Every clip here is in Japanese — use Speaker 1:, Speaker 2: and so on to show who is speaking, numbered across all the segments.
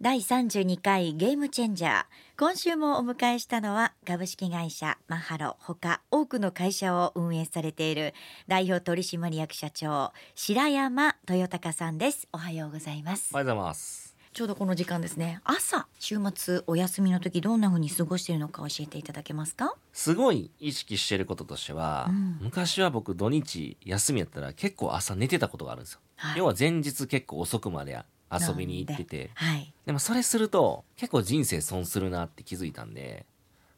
Speaker 1: 第32回ゲームチェンジャー今週もお迎えしたのは株式会社マハロほか多くの会社を運営されている代表取締役社長白山豊隆さんですおはようございます
Speaker 2: おはようございます
Speaker 1: ちょうどこの時間ですね朝週末お休みの時どんな風に過ごしているのか教えていただけますか
Speaker 2: すごい意識してることとしては、
Speaker 1: うん
Speaker 2: 昔は僕土日休みやったら結構朝寝てたことがあるんですよ、
Speaker 1: はい
Speaker 2: 要は前日結構遅くまで遊びに行ってて
Speaker 1: はい
Speaker 2: でもそれすると結構人生損するなって気づいたんで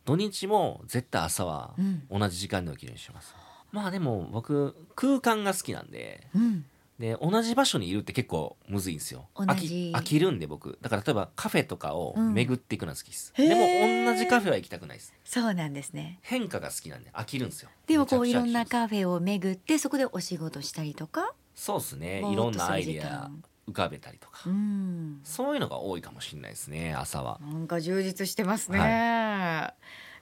Speaker 2: 土日も絶対朝は
Speaker 1: うん
Speaker 2: 同じ時間に起きるようにしてます、まあでも僕空間が好きなんで
Speaker 1: うん
Speaker 2: で同じ場所にいるって結構むずいんですよ
Speaker 1: 同
Speaker 2: 飽
Speaker 1: じ
Speaker 2: き飽きるんで僕だから例えばカフェとかを
Speaker 1: うん
Speaker 2: 巡っていくのは好きです、
Speaker 1: へー
Speaker 2: でも同じカフェは行きたくないです
Speaker 1: そうなんですね
Speaker 2: 変化が好きなんで飽きるんですよ
Speaker 1: でもこう
Speaker 2: め
Speaker 1: い
Speaker 2: ちゃ
Speaker 1: ろ
Speaker 2: く
Speaker 1: ん
Speaker 2: ちゃ飽
Speaker 1: な
Speaker 2: きるです
Speaker 1: カフェを巡ってそこでお仕事したりとか
Speaker 2: そうですね
Speaker 1: ぼーっと
Speaker 2: いろんなアイ
Speaker 1: する
Speaker 2: デ
Speaker 1: 時
Speaker 2: ア
Speaker 1: 間
Speaker 2: 浮かべたりとか、
Speaker 1: うん
Speaker 2: そういうのが多いかもしれないですね朝は
Speaker 1: なんか充実してますね、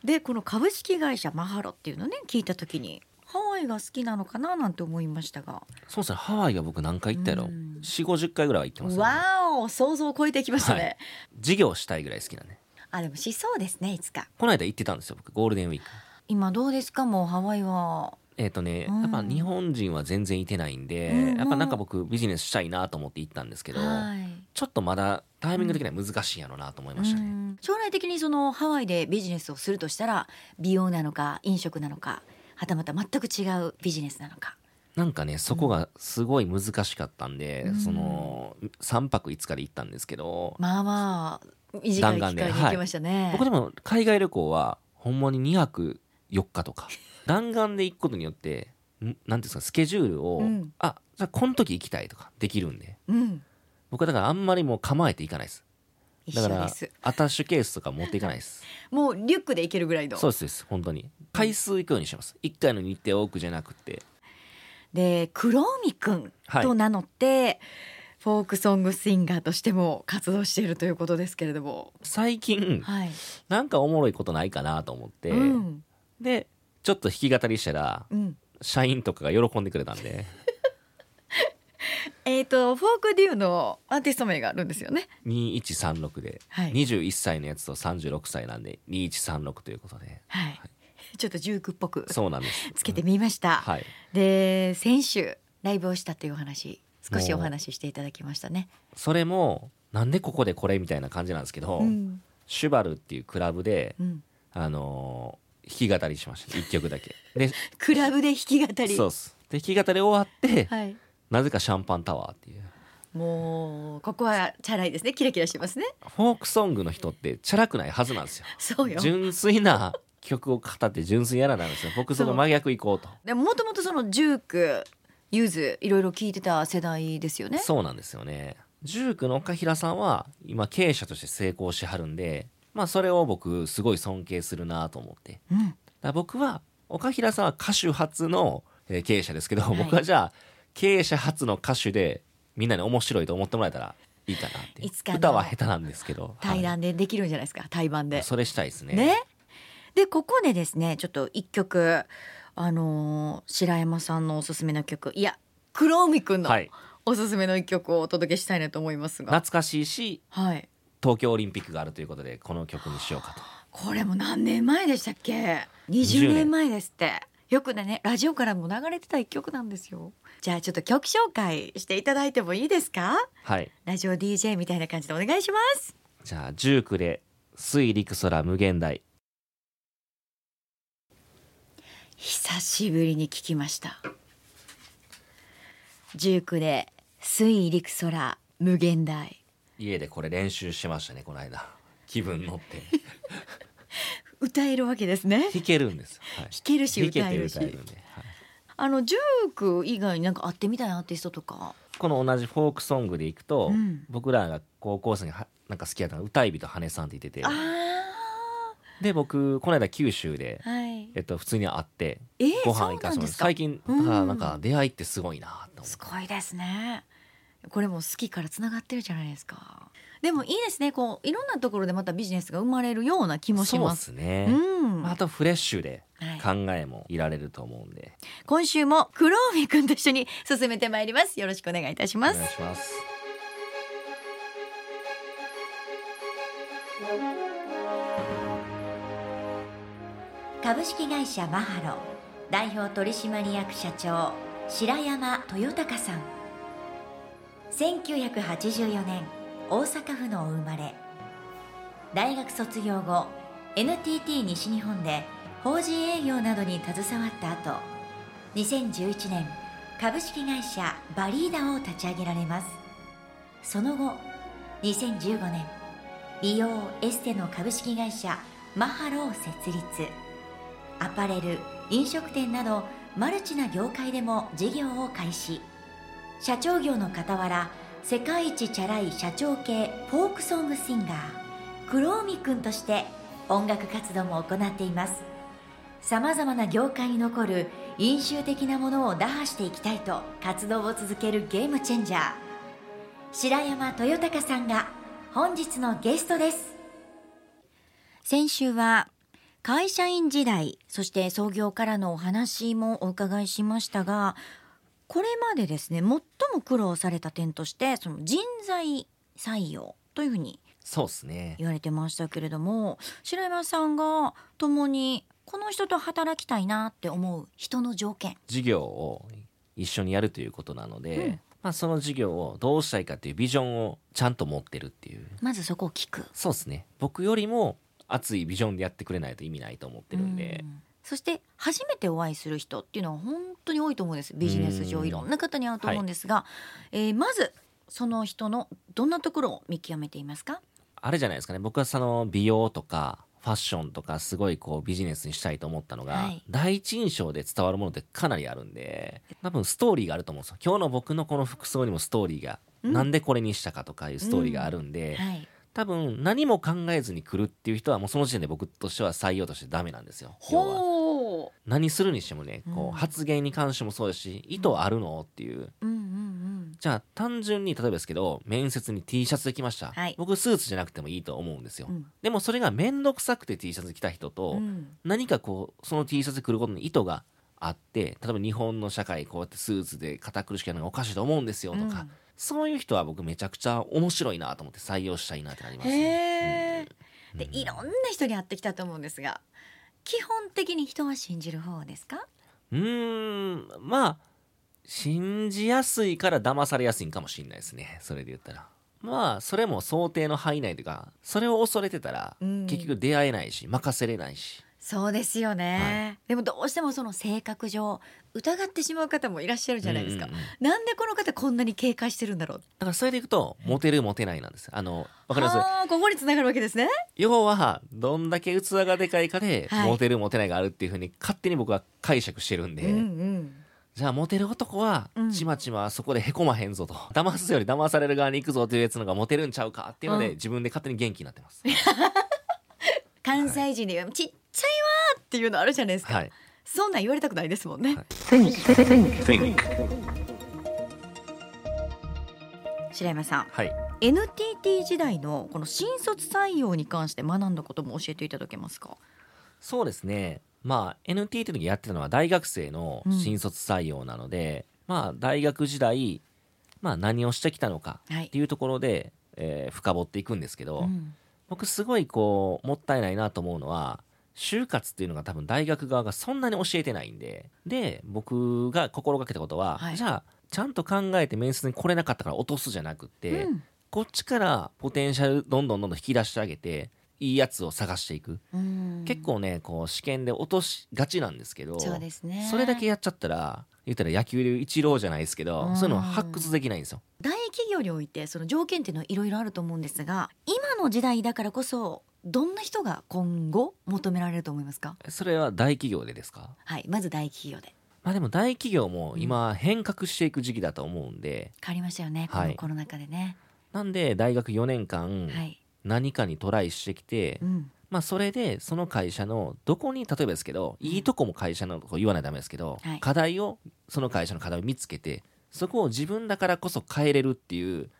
Speaker 1: でこの株式会社マハロっていうのね聞いた時にハワイが好きなのかななんて思いましたが、
Speaker 2: そうですねハワイが僕何回行ったやろ
Speaker 1: うん
Speaker 2: 4 5 0回ぐらいは行ってます、ね、
Speaker 1: わお想像を超えてきましたね、
Speaker 2: 授業したいぐらい好きなんで
Speaker 1: あでもしそうですねいつか
Speaker 2: この間行ってたんですよ僕ゴールデンウィーク
Speaker 1: 今どうですかもうハワイは
Speaker 2: えっ、とね、
Speaker 1: うん
Speaker 2: やっぱ日本人は全然いてないんで、
Speaker 1: うんうん
Speaker 2: やっぱなんか僕ビジネスしたいなと思って行ったんですけど、
Speaker 1: はい
Speaker 2: ちょっとまだタイミング的には難しいんやろうなと思いました
Speaker 1: う
Speaker 2: ね。
Speaker 1: ん将来的にそのハワイでビジネスをするとしたら美容なのか飲食なのかはたまた全く違うビジネスなのか
Speaker 2: なんかねそこがすごい難しかったんで、
Speaker 1: うん
Speaker 2: その3泊5日で行ったんですけど、
Speaker 1: まあまあ短い期間
Speaker 2: 弾丸
Speaker 1: に
Speaker 2: で
Speaker 1: 行きましたね、
Speaker 2: 僕でも海外旅行はほんまに2泊4日 とか弾丸で行くことによってんなんていうんですかスケジュールを、
Speaker 1: うん
Speaker 2: あじゃあこの時行きたいとかできるんで
Speaker 1: うん
Speaker 2: 僕はだからあんまりもう構えていかないです
Speaker 1: 一
Speaker 2: だ
Speaker 1: 緒
Speaker 2: か
Speaker 1: で
Speaker 2: ら
Speaker 1: す
Speaker 2: アタッシュケースとか持っていかないです
Speaker 1: もうリュックで行けるぐらいの
Speaker 2: そうですです本当に回数行くようにしてます1回の日程多くじゃなくて
Speaker 1: で黒海くん
Speaker 2: はい
Speaker 1: と名乗って、フォークソングシンガーとしても活動しているということですけれども、
Speaker 2: 最近
Speaker 1: はい、
Speaker 2: なんかおもろいことないかなと思って、
Speaker 1: うん、
Speaker 2: でちょっと弾き語りしたら
Speaker 1: うん、
Speaker 2: 社員とかが喜んでくれたんで
Speaker 1: えっ、とフォークデューのアーティスト名があるんですよね。
Speaker 2: 2136で、
Speaker 1: はい
Speaker 2: 21歳のやつと36歳なんで2136ということで
Speaker 1: はい、ちょっとジュークっぽく
Speaker 2: そうなんです
Speaker 1: つけてみました。
Speaker 2: はい
Speaker 1: で先週ライブをしたというお話、少しお話ししていただきましたね。
Speaker 2: それもなんでここでこれみたいな感じなんですけど、
Speaker 1: うん、
Speaker 2: シュバルっていうクラブで、
Speaker 1: うん、
Speaker 2: あのー弾き語りしました、ね、1曲だけで
Speaker 1: クラブで弾き語り。
Speaker 2: そうっすで弾き語り終わって、
Speaker 1: はい。
Speaker 2: なぜかシャンパンタワーっていう
Speaker 1: もうここはチャラいですね。キラキラしてますね。
Speaker 2: フォークソングの人ってチャラくないはずなんですよ
Speaker 1: そうよ。
Speaker 2: 純粋な曲を語って純粋やらなんですよ僕その真逆行こうと
Speaker 1: でももともとそのジュークユーズいろいろ聞いてた世代ですよね。
Speaker 2: そうなんですよねジュークの岡平さんは今経営者として成功しはるんでまあそれを僕すごい尊敬するなと思ってだか
Speaker 1: うん、
Speaker 2: ら僕は岡平さんは歌手初のえー経営者ですけど、
Speaker 1: はい
Speaker 2: 僕はじゃあ経営者初の歌手でみんなに面白いと思ってもらえたらいいかなって
Speaker 1: いつかの
Speaker 2: 歌は下手なんですけど
Speaker 1: 対
Speaker 2: は
Speaker 1: 談でできるんじゃないですか。対バン
Speaker 2: い
Speaker 1: で。
Speaker 2: それしたいですね
Speaker 1: ね。でここでですね、ちょっと一曲あのー白山さんのおすすめの曲、いや黒海くんの
Speaker 2: はい
Speaker 1: おすすめの一曲をお届けしたいなと思いますが、
Speaker 2: 懐かしいし
Speaker 1: はい。
Speaker 2: 東京オリンピックがあるということでこの曲にしようかと
Speaker 1: これも何年前でしたっけ？二
Speaker 2: 20
Speaker 1: 十
Speaker 2: 年
Speaker 1: 年前ですって。よくねラジオからも流れてた一曲なんですよ。じゃあちょっと曲紹介していただいてもいいですか？
Speaker 2: はい
Speaker 1: ラジオ DJ みたいな感じでお願いします。
Speaker 2: じゃあ19で「水陸空無限大
Speaker 1: 久しぶりに聞きました。19で水陸空無限大。」
Speaker 2: 家でこれ練習しましたねこ の間気分乗って
Speaker 1: 歌えるわけですね。
Speaker 2: 弾けるんですよ、はい、
Speaker 1: 弾けるし
Speaker 2: 弾け
Speaker 1: 歌え
Speaker 2: て
Speaker 1: るし
Speaker 2: 歌えるんで、はい
Speaker 1: あの19以外になんか会ってみたいアーティストとか。
Speaker 2: この同じフォークソングでいくと、
Speaker 1: うん
Speaker 2: 僕らが高校生にはなんか好きやったのが歌い人羽さんって言ってて
Speaker 1: あ
Speaker 2: で僕この間九州で
Speaker 1: あ、、はい。
Speaker 2: えっと、普通に会って
Speaker 1: えー
Speaker 2: ご飯行かせてもらって
Speaker 1: そうなんで
Speaker 2: 最
Speaker 1: すか
Speaker 2: 近
Speaker 1: う
Speaker 2: だか
Speaker 1: ん
Speaker 2: らなんか出会いってすごいなと思
Speaker 1: す
Speaker 2: って、
Speaker 1: ごいですね。これも好きからつながってるじゃないですか。でもいいですね。こういろんなところでまたビジネスが生まれるような気もし
Speaker 2: そう
Speaker 1: ま。
Speaker 2: ですすね、
Speaker 1: うん。
Speaker 2: あとフレッシュで
Speaker 1: はい
Speaker 2: 考えもいられると思うんで、
Speaker 1: 今週も黒海くんと一緒に進めてまいりますよろしくお願いいたします
Speaker 2: お願いします
Speaker 1: 株式会社マハロ代表取締役社長白山豊隆さん1984年大阪府のお生まれ大学卒業後 NTT 西日本で法人営業などに携わった後2011年株式会社バリーダを立ち上げられますその後2015年美容エステの株式会社マハロを設立アパレル飲食店などマルチな業界でも事業を開始社長業の傍ら世界一チャラい社長系フォークソングシンガー黒海くんとして音楽活動も行っていますさまざまな業界に残る飲酒的なものを打破していきたいと活動を続けるゲームチェンジャー白山豊隆さんが本日のゲストです先週は会社員時代そして創業からのお話もお伺いしましたがこれまでですね最も苦労された点としてその人材採用というふうに
Speaker 2: そうですね
Speaker 1: 言われてましたけれども白山さんが共にこの人と働きたいなって思う人の条件
Speaker 2: 事業を一緒にやるということなので、
Speaker 1: うん
Speaker 2: まあ、その事業をどうしたいかっていうビジョンをちゃんと持ってるっていう
Speaker 1: まずそこを聞く
Speaker 2: そうですね僕よりも熱いビジョンでやってくれないと意味ないと思ってるんで
Speaker 1: う、んそして初めてお会いする人っていうのは本当に多いと思うんですビジネス
Speaker 2: う
Speaker 1: 上
Speaker 2: ん
Speaker 1: いろんな方に会うと思うんですが、えーまずその人のどんなところを見極めていますか
Speaker 2: あれじゃないですかね僕はその美容とかファッションとかすごいこうビジネスにしたいと思ったのが、
Speaker 1: はい
Speaker 2: 第一印象で伝わるものってかなりあるんで多分ストーリーがあると思うんですよ今日の僕のこの服装にもストーリーが、
Speaker 1: うん
Speaker 2: なんでこれにしたかとかいうストーリーがあるんで、
Speaker 1: はい
Speaker 2: 多分何も考えずに来るっていう人はもうその時点で僕としては採用としてダメなんですよ。要は
Speaker 1: ほ
Speaker 2: 何するにしてもねこ
Speaker 1: うん
Speaker 2: う発言に関してもそうですし意図あるのっていう
Speaker 1: ううんうんうん
Speaker 2: じゃあ単純に例えばですけど面接に T シャツで来ました、
Speaker 1: はい
Speaker 2: 僕スーツじゃなくてもいいと思うんですよ、
Speaker 1: うん
Speaker 2: でもそれが面倒くさくて T シャツ着た人と、
Speaker 1: うん
Speaker 2: 何かこうその T シャツ来ることに意図があって例えば日本の社会こうやってスーツで堅苦しくやるのがおかしいと思うんですよとか、
Speaker 1: うん
Speaker 2: そういう人は僕めちゃくちゃ面白いなと思って採用したいなってなりますね。
Speaker 1: へえ、
Speaker 2: うん
Speaker 1: でいろんな人に会ってきたと思うんですが基本的に人は信じる方ですか
Speaker 2: うーんまあ信じやすいから騙されやすいんかもしれないですねそれで言ったらまあそれも想定の範囲内というかそれを恐れてたら、
Speaker 1: うん
Speaker 2: 結局出会えないし任せれないし
Speaker 1: そうですよね、でもどうしてもその性格上疑ってしまう方もいらっしゃるじゃないですか、
Speaker 2: うんうんうん
Speaker 1: なんでこの方こんなに警戒してるんだろう
Speaker 2: だからそれでいくとモテるモテないなんですあのわかります
Speaker 1: あーここに繋がるわけですね
Speaker 2: 要はどんだけ器がでかいかで、
Speaker 1: はい
Speaker 2: モテるモテないがあるっていうふうに勝手に僕は解釈してるんで、
Speaker 1: うんうん
Speaker 2: じゃあモテる男は
Speaker 1: うん
Speaker 2: ちまちまそこでへこまへんぞと、騙すより騙される側に行くぞというやつの方がモテるんちゃうかっていうので、
Speaker 1: うん
Speaker 2: 自分で勝手に元気になってます
Speaker 1: 関西人で言う、ちっちゃいわーっていうのあるじゃないですか、
Speaker 2: はい
Speaker 1: そんなん言われたくないですもんね、
Speaker 2: はい
Speaker 3: think, think,
Speaker 4: think,
Speaker 1: 白山さん
Speaker 2: はい
Speaker 1: NTT 時代のこの新卒採用に関して学んだことも教えていただけますか
Speaker 2: そうですねまあ NTT の時やってたのは大学生の新卒採用なので、まあ大学時代、まあ、何をしてきたのか
Speaker 1: はい
Speaker 2: っていうところで、えー深掘っていくんですけど、
Speaker 1: うん
Speaker 2: 僕すごいこうもったいないなと思うのは就活っていうのが多分大学側がそんなに教えてないんでで僕が心がけたことは、
Speaker 1: はい
Speaker 2: じゃあちゃんと考えて面接に来れなかったから落とすじゃなくて、
Speaker 1: うん
Speaker 2: こっちからポテンシャルどんどんどんどん引き出してあげていいやつを探していく、
Speaker 1: うん
Speaker 2: 結構ねこう試験で落としがちなんですけど
Speaker 1: そうですね
Speaker 2: それだけやっちゃったら言ったら野球で一郎じゃないですけど、
Speaker 1: うん
Speaker 2: そういうのは発掘できないんですよ。
Speaker 1: 大企業においてその条件っていうのはいろいろあると思うんですが今の時代だからこそどんな人が今後求められると思いますか
Speaker 2: それは大企業でですか
Speaker 1: はいまず大企業で
Speaker 2: まあでも大企業も今変革していく時期だと思うんで、
Speaker 1: 変わりましたよねこ
Speaker 2: は
Speaker 1: の
Speaker 2: い
Speaker 1: コロナ禍でね
Speaker 2: なんで大学4年間
Speaker 1: はい、
Speaker 2: 何かにトライしてきて、
Speaker 1: うん
Speaker 2: まあそれでその会社のどこに例えばですけどいいとこも会社のとこ言わないとダメですけど、
Speaker 1: はい
Speaker 2: 課題をその会社の課題を見つけてそこを自分だからこそ変えれるっていう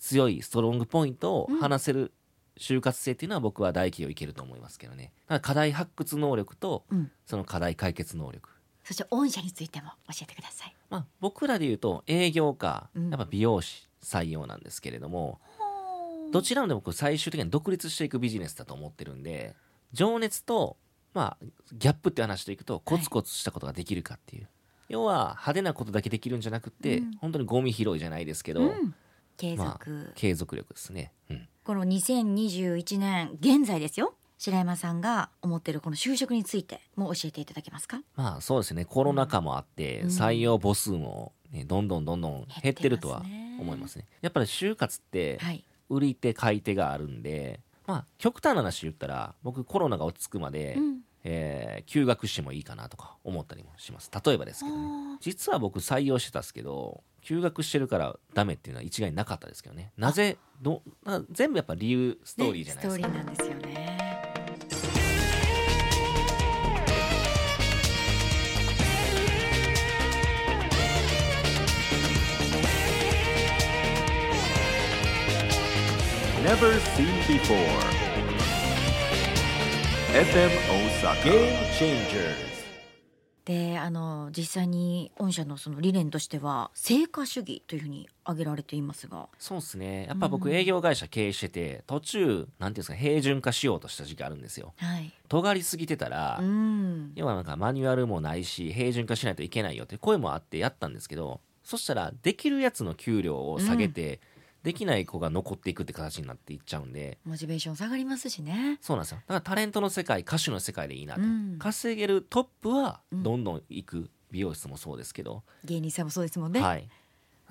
Speaker 2: 強いストロングポイントを話せる就活生っていうのは僕は大企業いけると思いますけどねだから課題発掘能力と
Speaker 1: うん、
Speaker 2: その課題解決能力
Speaker 1: そして御社についても教えてください
Speaker 2: まあ、僕らで言うと営業か
Speaker 1: うん
Speaker 2: やっぱ美容師採用なんですけれども、どちらもでも僕最終的には独立していくビジネスだと思ってるんで情熱とまあギャップっていう話でいくとコツコツしたことができるかっていう、要は派手なことだけできるんじゃなくて、
Speaker 1: うん
Speaker 2: 本当にゴミ拾いじゃないですけど、
Speaker 1: うん継続、
Speaker 2: まあ、継続力ですね、うん、
Speaker 1: この2021年現在ですよ白山さんが思ってるこの就職についても教えていただけますか
Speaker 2: まあそうですねコロナ禍もあって
Speaker 1: うん
Speaker 2: 採用母数も、ね、どんどんどんどん減ってるとは思いますねやっぱり就活って
Speaker 1: はい
Speaker 2: 売り手買い手があるんでまあ極端な話言ったら僕コロナが落ち着くまで、
Speaker 1: うん
Speaker 2: えー休学してもいいかなとか思ったりもします例えばですけどね
Speaker 1: あー
Speaker 2: 実は僕採用してたんですけど休学してるからダメっていうのは一概になかったですけどねなぜどな全部やっぱ理由ストーリーじゃないです
Speaker 1: ね
Speaker 2: か、
Speaker 1: ストーリーなんですよね
Speaker 3: Never seen before. FM Osaka.
Speaker 4: Game Changers.
Speaker 1: であの実際に御社のその理念としては成果主義というふうに挙げられていますが
Speaker 2: そうですねやっぱ僕営業会社経営してて途中なんていうんですか平準化しようとした時期あるんですよ
Speaker 1: はい
Speaker 2: 尖りすぎてたら、
Speaker 1: うん
Speaker 2: 要はなんかマニュアルもないし平準化しないといけないよって声もあってやったんですけどそしたらできるやつの給料を下げて、できない子が残っていくって形になっていっちゃうんで
Speaker 1: モチベーション下がりますしね
Speaker 2: そうなんですよだからタレントの世界歌手の世界でいいなと、
Speaker 1: うん
Speaker 2: 稼げるトップは
Speaker 1: ん
Speaker 2: どんどん行く美容室もそうですけど、
Speaker 1: 芸人さんもそうですもんね、
Speaker 2: はい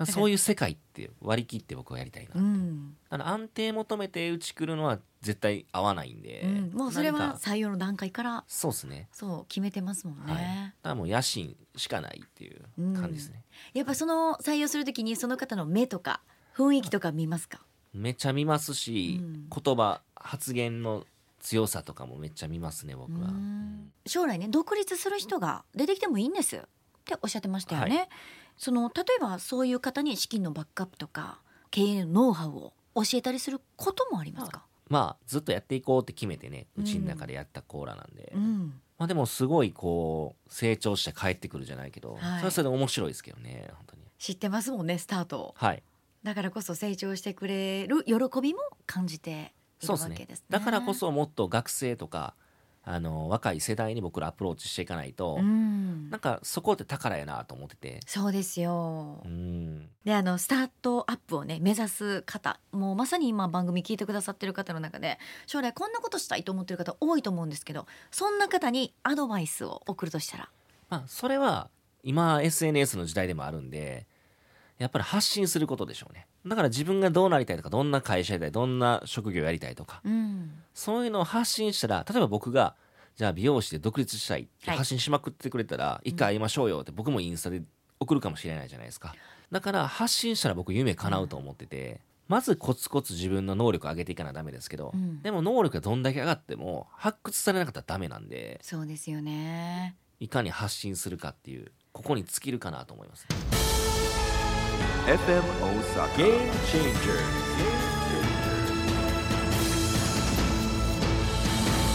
Speaker 2: そういう世界って割り切って僕はやりたいな、
Speaker 1: うん
Speaker 2: だから安定求めてうち来るのは絶対合わないんで、
Speaker 1: うん、もうそれ
Speaker 2: 何
Speaker 1: は
Speaker 2: か
Speaker 1: 採用の段階から
Speaker 2: そうですね
Speaker 1: そう決めてますもんね、
Speaker 2: はい、だからもう野心しかないっていう感じですね、
Speaker 1: やっぱその採用するときにその方の目とか雰囲気とか見ますか。
Speaker 2: めっちゃ見ますし、
Speaker 1: うん
Speaker 2: 言葉発言の強さとかもめっちゃ見ますね僕は、
Speaker 1: うーん
Speaker 2: うん
Speaker 1: 将来ね独立する人が出てきてもいいんですっておっしゃってましたよね。その例えばそういう方に資金のバックアップとか経営のノウハウを教えたりすることもありますか。
Speaker 2: まあずっとやっていこうって決めてねうちの中でやったコーラなんで、
Speaker 1: うん。
Speaker 2: まあでもすごいこう成長して帰ってくるじゃないけど、
Speaker 1: い
Speaker 2: それはそれで面白いですけどね本当に
Speaker 1: 知ってますもんねスタートを。
Speaker 2: はい
Speaker 1: だからこそ成長してくれる喜びも感じている
Speaker 2: そ
Speaker 1: わ
Speaker 2: うですね
Speaker 1: けですね。
Speaker 2: だからこ。そもっと学生とかあの若い世代に僕らアプローチしていかないと、
Speaker 1: うん
Speaker 2: な。んかそこって宝やなと思ってて
Speaker 1: そうですよ
Speaker 2: う。ん
Speaker 1: であのスタートアップをね目指す方もうまさに今番組聞いてくださってる方の中で将来こんなことしたいと思ってる方多いと思うんですけどそんな方にアドバイスを送るとしたら
Speaker 2: まあ、それは今 SNS の時代でもあるんでやっぱり発信することでしょうねだから自分がどうなりたいとかどんな会社やりたいどんな職業やりたいとか
Speaker 1: うん
Speaker 2: そういうのを発信したら例えば僕がじゃあ美容師で独立したいって
Speaker 1: はい
Speaker 2: 発信しまくってくれたら、一回会いましょうよって僕もインスタで送るかもしれないじゃないですかだから発信したら僕夢叶うと思ってて、まずコツコツ自分の能力上げていかなダメですけど、
Speaker 1: うん
Speaker 2: でも能力がどんだけ上がっても発掘されなかったらダメなんで
Speaker 1: そうですよね
Speaker 2: いかに発信するかっていうここに尽きるかなと思います
Speaker 3: FM Osaka.
Speaker 4: Game Changers.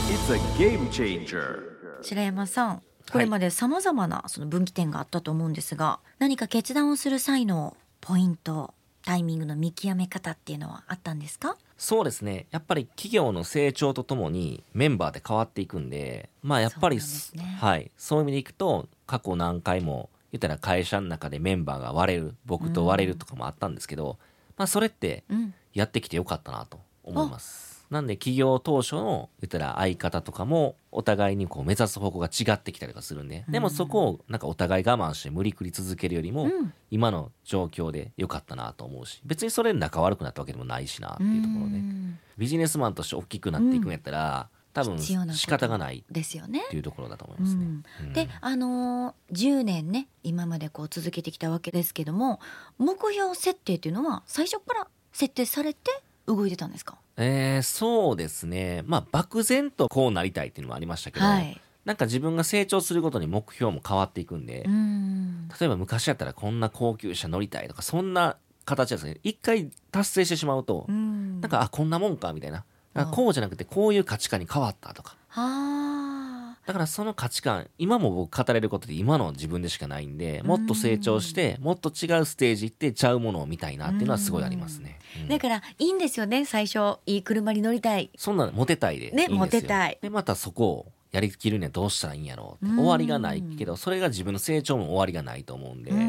Speaker 3: It's a game changer.
Speaker 1: 白山さんこれまでさまざまなその分岐点があったと思うんですが、何か決断をする際のポイントタイミングの見極め方っていうのはあったんですか
Speaker 2: そうですねやっぱり企業の成長とともにメンバーで変わっていくんでまあやっぱり
Speaker 1: そうなんですね
Speaker 2: はい、そういう意味でいくと過去何回も言ったら会社の中でメンバーが割れる僕と割れるとかもあったんですけど、まあそれって
Speaker 1: うん
Speaker 2: やってきてよかったなと思いますなんで企業当初の言ったら相方とかもお互いにこう目指す方向が違ってきたりとかするんで、でもそこをなんかお互い我慢して無理くり続けるよりも、
Speaker 1: うん
Speaker 2: 今の状況でよかったなと思うし別にそれで仲悪くなったわけでもないしなっていうところで、
Speaker 1: うん
Speaker 2: ビジネスマンとして大きくなっていくんやったら、多分
Speaker 1: 必要なこと
Speaker 2: 仕方がないっ
Speaker 1: ですよね
Speaker 2: ていうところだと思いますね。
Speaker 1: うん
Speaker 2: うん
Speaker 1: で、あのー10年ね今までこう続けてきたわけですけども目標設定っていうのは最初から設定されて動いてたんですか
Speaker 2: えーそうですねまあ漠然とこうなりたいっていうのもありましたけど、
Speaker 1: はい
Speaker 2: なんか自分が成長するごとに目標も変わっていくんで、
Speaker 1: うん
Speaker 2: 例えば昔だったらこんな高級車乗りたいとかそんな形なんですね一回達成してしまうと、
Speaker 1: うん
Speaker 2: なんかあこんなもんかみたいななんか
Speaker 1: あ
Speaker 2: こうじゃなくてこういう価値観に変わったとか
Speaker 1: あー
Speaker 2: だからその価値観今も僕語れることで今の自分でしかないんでもっと成長してもっと違うステージ行ってちゃうものを見たいなっていうのはすごいありますね、うん
Speaker 1: だからいいんですよね最初いい車に乗りたい
Speaker 2: そんなのモテたいでいいんですよ
Speaker 1: ねモテたい
Speaker 2: でまたそこをやりきるにはどうしたらいいんやろうって終わりがないけどそれが自分の成長も終わりがないと思うんで、
Speaker 1: うん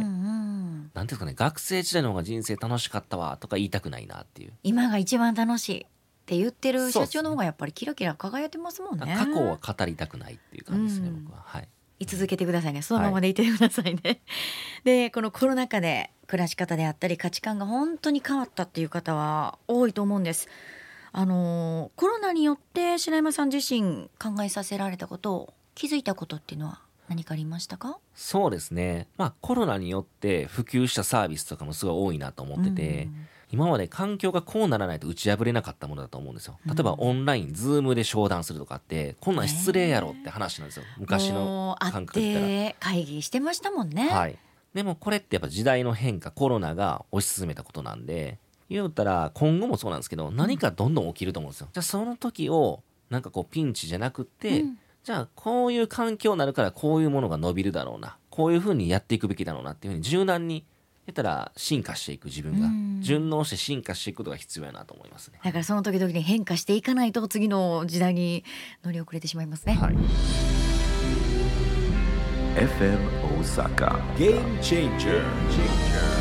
Speaker 1: う
Speaker 2: なんて
Speaker 1: ん
Speaker 2: いうんですかね学生時代の方が人生楽しかったわとか言いたくないなっていう
Speaker 1: 今が一番楽しいって言ってる
Speaker 2: そう
Speaker 1: 社
Speaker 2: ですね
Speaker 1: 長の方がやっぱりキラキラ輝いてますもん
Speaker 2: だ
Speaker 1: ね
Speaker 2: から過去は語りたくないっていう感じですね、
Speaker 1: うん
Speaker 2: 僕ははい
Speaker 1: 居続けてくださいねそのままでいてくださいね、 でこのコロナ禍で暮らし方であったり価値観が本当に変わったっていう方は多いと思うんですあのーコロナによって白山さん自身考えさせられたこと気づいたことっていうのは何かありましたか
Speaker 2: そうですねまあコロナによって普及したサービスとかもすごい多いなと思ってて、
Speaker 1: うん
Speaker 2: 今まで環境がこうならないと打ち破れなかったものだと思うんですよ例えばオンライン、ズームで商談するとかってこんなん失礼やろって話なんですよ昔の
Speaker 1: もう会
Speaker 2: 感
Speaker 1: っ
Speaker 2: 覚で言ったら。
Speaker 1: て会議してましたもんね、
Speaker 2: はい、でもこれってやっぱ時代の変化コロナが推し進めたことなんで言うたら今後もそうなんですけど何かどんどん起きると思うんですよ。じゃあその時をなんかこうピンチじゃなくって、じゃあこういう環境になるからこういうものが伸びるだろうなこういうふうにやっていくべきだろうなっていうふうに柔軟に言ったら進化していく自分が
Speaker 1: うん
Speaker 2: 順応して進化していくことが必要やなと思いますね。
Speaker 1: だからその時々に変化していかないと次の時代に乗り遅れてしまいますね、
Speaker 2: はい、
Speaker 3: FM Osaka.
Speaker 4: Game changer. changer.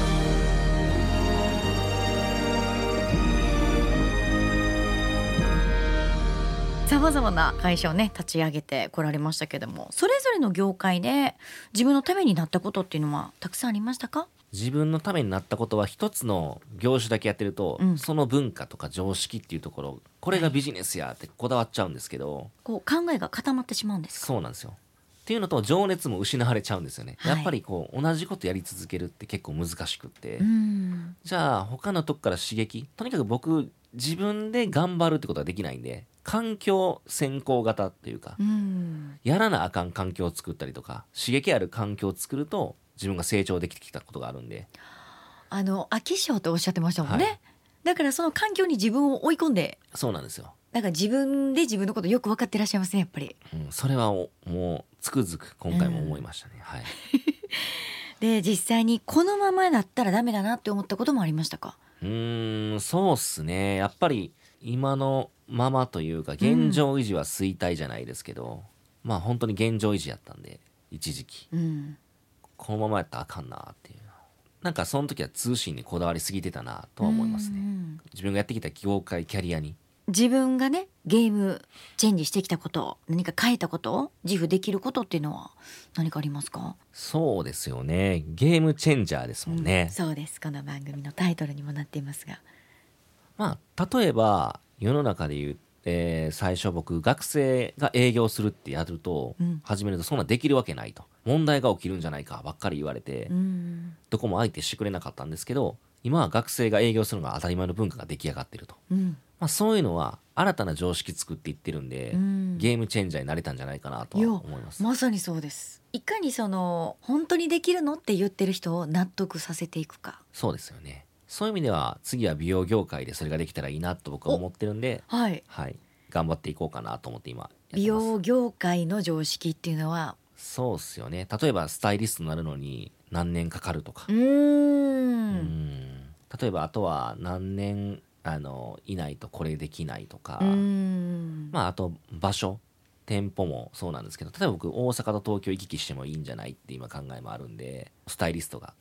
Speaker 1: さまざまな会社をね立ち上げてこられましたけどもそれぞれの業界で自分のためになったことっていうのはたくさんありましたか
Speaker 2: 自分のためになったことは一つの業種だけやってると、
Speaker 1: うん
Speaker 2: その文化とか常識っていうところこれがビジネスやってこだわっちゃうんですけど、
Speaker 1: こう考えが固まってしまうんですか
Speaker 2: そうなんですよ。っていうのと情熱も失われちゃうんですよね、
Speaker 1: はい
Speaker 2: やっぱりこう同じことやり続けるって結構難しくって、
Speaker 1: うん
Speaker 2: じゃあ他のとこから刺激とにかく僕自分で頑張るってことはできないんで環境先行型っていうか、
Speaker 1: うん
Speaker 2: やらなあかん環境を作ったりとか刺激ある環境を作ると自分が成長できてきたことがあるんで
Speaker 1: あの飽き性とおっしゃってましたもんね、
Speaker 2: はい
Speaker 1: だからその環境に自分を追い込んで
Speaker 2: そうなんですよ。
Speaker 1: なんか自分で自分のことよく分かってらっしゃいますねやっぱり
Speaker 2: うん、それはおもうつくづく今回も思いましたね、はい
Speaker 1: で実際にこのままだったらダメだなって思ったこともありましたか
Speaker 2: うーんそうっすねやっぱり今のままというか現状維持は衰退じゃないですけど、まあ本当に現状維持やったんで一時期
Speaker 1: うん
Speaker 2: このままやったらあかんなっていうなんかその時は通信にこだわりすぎてたなとは思います
Speaker 1: う
Speaker 2: ね
Speaker 1: ん
Speaker 2: 自分がやってきた業界キャリアに
Speaker 1: 自分がねゲームチェンジしてきたこと何か変えたこと自負できることっていうのは何かありますか、
Speaker 2: そうですよねゲームチェンジャーですもんね、
Speaker 1: そうですこの番組のタイトルにもなっていますが
Speaker 2: まあ、例えば世の中で言う、えー最初僕学生が営業するってやると、
Speaker 1: うん
Speaker 2: 始めるとそんなできるわけないと問題が起きるんじゃないかばっかり言われて、
Speaker 1: うん
Speaker 2: どこも相手してくれなかったんですけど今は学生が営業するのが当たり前の文化が出来上がってると、
Speaker 1: うん
Speaker 2: まあ、そういうのは新たな常識作っていってるんで、
Speaker 1: うん
Speaker 2: ゲームチェンジャーになれたんじゃないかなとは思います。
Speaker 1: まさにそうですいかにその本当にできるのって言ってる人を納得させていくか
Speaker 2: そうですよねそういう意味では次は美容業界でそれができたらいいなと僕は思ってるんで、
Speaker 1: はい
Speaker 2: はい、頑張っていこうかなと思って今やってます
Speaker 1: 美容業界の常識っていうのは
Speaker 2: そうっすよね例えばスタイリストになるのに何年かかるとか、
Speaker 1: うん
Speaker 2: うん例えばあとは何年あのいないとこれできないとか、
Speaker 1: うん
Speaker 2: まああと場所店舗もそうなんですけど例えば僕大阪と東京行き来してもいいんじゃないって今考えもあるんでスタイリストが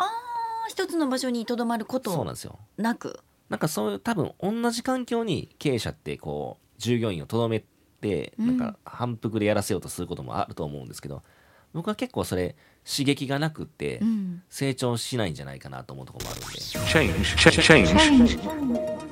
Speaker 1: 一つの場所にとどまるこ
Speaker 2: そう
Speaker 1: と
Speaker 2: なんですよ
Speaker 1: なく
Speaker 2: なんかそういう多分同じ環境に経営者ってこう従業員をとどめてなんか反復でやらせようとすることもあると思うんですけど、僕は結構それ刺激がなくって、
Speaker 1: うん
Speaker 2: 成長しないんじゃないかなと思うところもあるんで
Speaker 3: Change. Ch- change.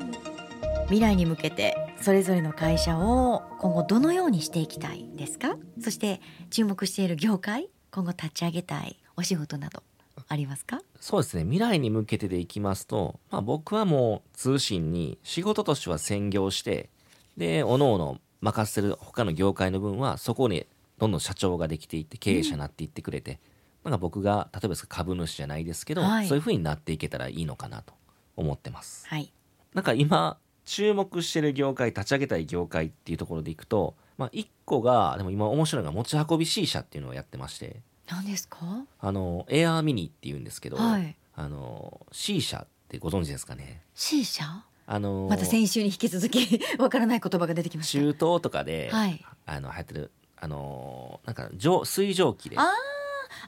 Speaker 1: 未来に向けてそれぞれの会社を今後どのようにしていきたいですかそして注目している業界今後立ち上げたいお仕事などありますか
Speaker 2: そうですね未来に向けてでいきますと、まあ、僕はもう通信に仕事としては専業してで各々任せる他の業界の分はそこにどんどん社長ができていって経営者になっていってくれて、なんか僕が例えばですけど株主じゃないですけど、
Speaker 1: はい
Speaker 2: そういう風になっていけたらいいのかなと思ってます。
Speaker 1: はい
Speaker 2: なんか今注目してる業界立ち上げたい業界っていうところでいくと、まあ、1個がでも今面白いのが持ち運び C 社っていうのをやってまして
Speaker 1: 何ですか
Speaker 2: あのエアーミニっていうんですけど、
Speaker 1: はい
Speaker 2: あの C 社ってご存知ですかね
Speaker 1: C 社
Speaker 2: あの
Speaker 1: また先週に引き続き わからない言葉が出てきました
Speaker 2: 中東とかで、
Speaker 1: はい
Speaker 2: あの流行ってるあのなんか蒸水蒸気で
Speaker 1: あ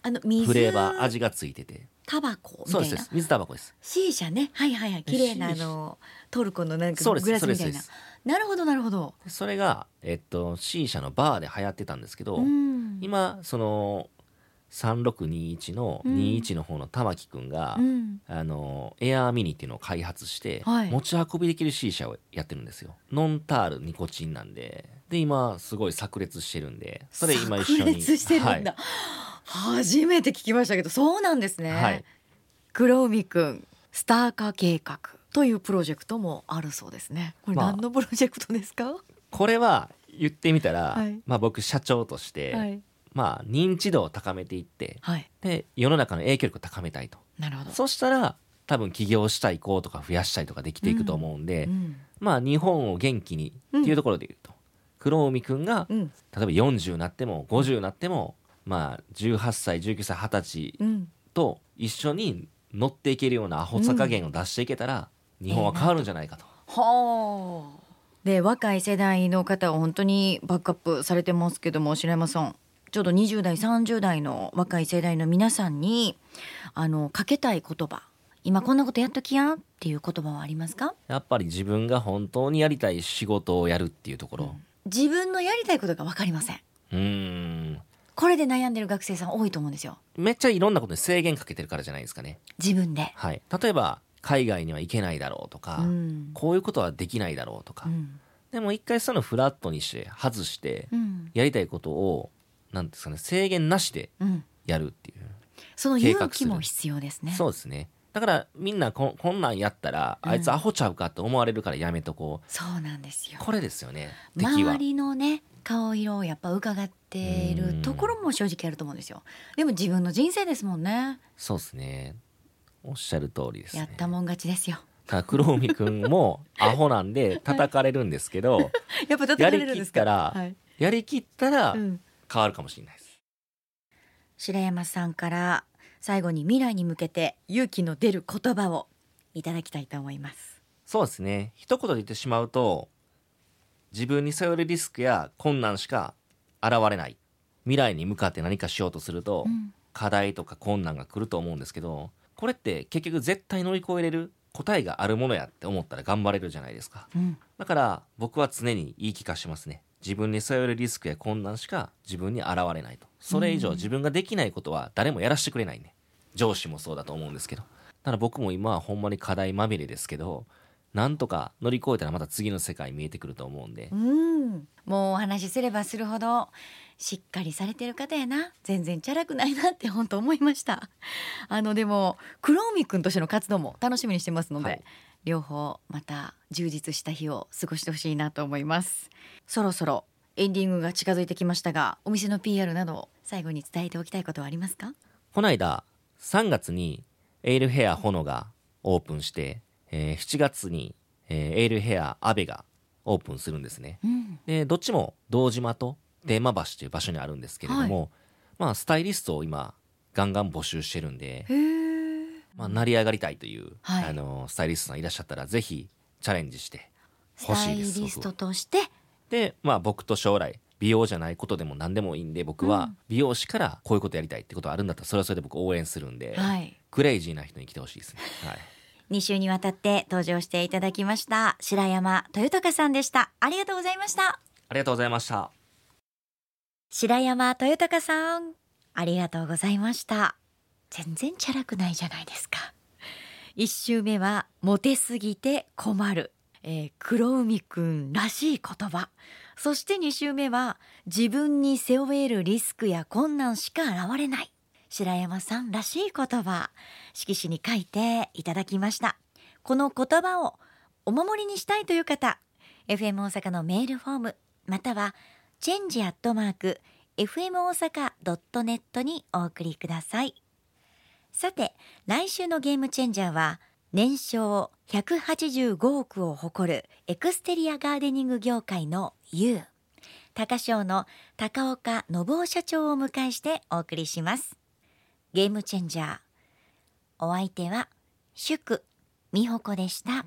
Speaker 1: あの水
Speaker 2: フレーバー味がついてて
Speaker 1: タバコみ
Speaker 2: そう
Speaker 1: た
Speaker 2: で
Speaker 1: い
Speaker 2: すそうで
Speaker 1: な
Speaker 2: す水タバコです、
Speaker 1: C 社ねはいはいはい綺麗なあ
Speaker 2: C 社
Speaker 1: のトルコのなんか
Speaker 2: そうです
Speaker 1: グラスみた
Speaker 2: そう
Speaker 1: い
Speaker 2: で
Speaker 1: な
Speaker 2: す
Speaker 1: なるほどなるほど
Speaker 2: それが、えっと、C 社のバーで流行ってたんですけど、
Speaker 1: うん
Speaker 2: 今その3621の
Speaker 1: うん
Speaker 2: 21の方の玉木くんが、
Speaker 1: うん
Speaker 2: あのエアーミニっていうのを開発して、
Speaker 1: はい
Speaker 2: 持ち運びできる C 社をやってるんですよノンタールニコチンなんでで今すごい炸裂してるんでそれ今一緒に
Speaker 1: 炸裂してるんだ、初めて聞きましたけどそうなんですね、
Speaker 2: はいはい、
Speaker 1: 黒海くんスター化計画というプロジェクトもあるそうですねこれ
Speaker 2: まあ
Speaker 1: 何のプロジェクトですか、
Speaker 2: これは言ってみたら、
Speaker 1: はい
Speaker 2: まあ、僕社長として、
Speaker 1: はい
Speaker 2: まあ、認知度を高めていって
Speaker 1: はい
Speaker 2: で世の中の影響力を高めたいと
Speaker 1: なるほど
Speaker 2: そしたら多分起業したい子とか増やしたいとかできていくと思うんで、
Speaker 1: うん
Speaker 2: まあ日本を元気にっていうところで言うと、黒海くんが
Speaker 1: うん
Speaker 2: 例えば40になっても50になってもまあ18歳19歳20歳
Speaker 1: うん
Speaker 2: と一緒に乗っていけるようなアホさ加減を出していけたら、日本は変わるんじゃないかと。
Speaker 1: はあで若い世代の方は本当にバックアップされてますけども白山さんちょうど20代30代の若い世代の皆さんにあのかけたい言葉今こんなことやっときやっていう言葉はありますか
Speaker 2: やっぱり自分が本当にやりたい仕事をやるっていうところ
Speaker 1: 自分のやりたいことが分かりません
Speaker 2: うーん
Speaker 1: これで悩んでる学生さん多いと思うんですよ
Speaker 2: めっちゃいろんなことに制限かけてるからじゃないですかね。
Speaker 1: 自分で、
Speaker 2: はい、例えば海外には行けないだろうとか、
Speaker 1: うん
Speaker 2: こういうことはできないだろうとか、
Speaker 1: うん
Speaker 2: でも一回そういうのフラットにして外して
Speaker 1: うん
Speaker 2: やりたいことをなんですかね制限なしで
Speaker 1: うん、
Speaker 2: やるっていう、
Speaker 1: その勇気も必要ですね
Speaker 2: そうですねだからみんなここんなんやったら
Speaker 1: うん
Speaker 2: あいつアホちゃうかって思われるからやめとこう、
Speaker 1: そうなんですよ
Speaker 2: これですよね敵は
Speaker 1: 周りのね顔色をやっぱ伺っているところも正直あると思うんですよでも自分の人生ですもんね
Speaker 2: そうですねおっしゃる通りですね
Speaker 1: やったもん勝ちですよ
Speaker 2: ただ黒海くんもアホなんで叩かれるんですけど、
Speaker 1: やっぱ
Speaker 2: やりきったら、
Speaker 1: はい
Speaker 2: やりきったら
Speaker 1: うん、
Speaker 2: 変わるかもしれないです、
Speaker 1: 白山さんから最後に未来に向けて勇気の出る言葉をいただきたいと思います
Speaker 2: そうですね一言で言ってしまうと自分に頼るリスクや困難しか現れない未来に向かって何かしようとすると、
Speaker 1: うん
Speaker 2: 課題とか困難が来ると思うんですけどこれって結局絶対乗り越えれる答えがあるものやって思ったら頑張れるじゃないですか
Speaker 1: うん
Speaker 2: だから僕は常に言い聞かしてますね自分に頼るリスクや困難しか自分に現れないとそれ以上自分ができないことは誰もやらせてくれないね上司もそうだと思うんですけどだから僕も今はほんまに課題まみれですけどなんとか乗り越えたらまた次の世界見えてくると思うんで
Speaker 1: うん、もうお話しすればするほどしっかりされてる方やな全然チャラくないなって本当思いましたあのでも黒海くんとしての活動も楽しみにしてますので、
Speaker 2: はい
Speaker 1: 両方また充実した日を過ごしてほしいなと思いますそろそろエンディングが近づいてきましたがお店の PR などを最後に伝えておきたいことはありますか
Speaker 2: この間3月にエールヘアホノがオープンして、えー7月に、えーエールヘアアベがオープンするんですね
Speaker 1: うん、
Speaker 2: でどっちも堂島と天満橋という場所にあるんですけれども、まあスタイリストを今ガンガン募集してるんで、まあ、成り上がりたいという、
Speaker 1: はい
Speaker 2: あのスタイリストさんいらっしゃったらぜひチャレンジして
Speaker 1: スタ
Speaker 2: 欲し
Speaker 1: イ
Speaker 2: い
Speaker 1: リ
Speaker 2: です
Speaker 1: スト
Speaker 2: 僕は
Speaker 1: として
Speaker 2: でまあ僕と将来美容じゃないことでも何でもいいんで僕は美容師からこういうことやりたいってことがあるんだったらそれはそれで僕応援するんで、
Speaker 1: はい
Speaker 2: クレイジーな人に来てほしいですね。はい
Speaker 1: 2週にわたって登場していただきました白山豊隆さんでしたありがとうございました
Speaker 2: ありがとうございました。
Speaker 1: 白山豊隆さんありがとうございました全然チャラくないじゃないですか一週目はモテすぎて困る、えー黒海くんらしい言葉そして二週目は自分に背負えるリスクや困難しか現れない白山さんらしい言葉色紙に書いていただきましたこの言葉をお守りにしたいという方 FM 大阪のメールフォームまたはチェンジアットマーク FM 大阪 .net にお送りくださいさて来週のゲームチェンジャーは年商185億を誇るエクステリアガーデニング業界の U 高賞の高岡信夫社長をお迎えしてお送りしますゲームチェンジャーお相手は祝美穂子でした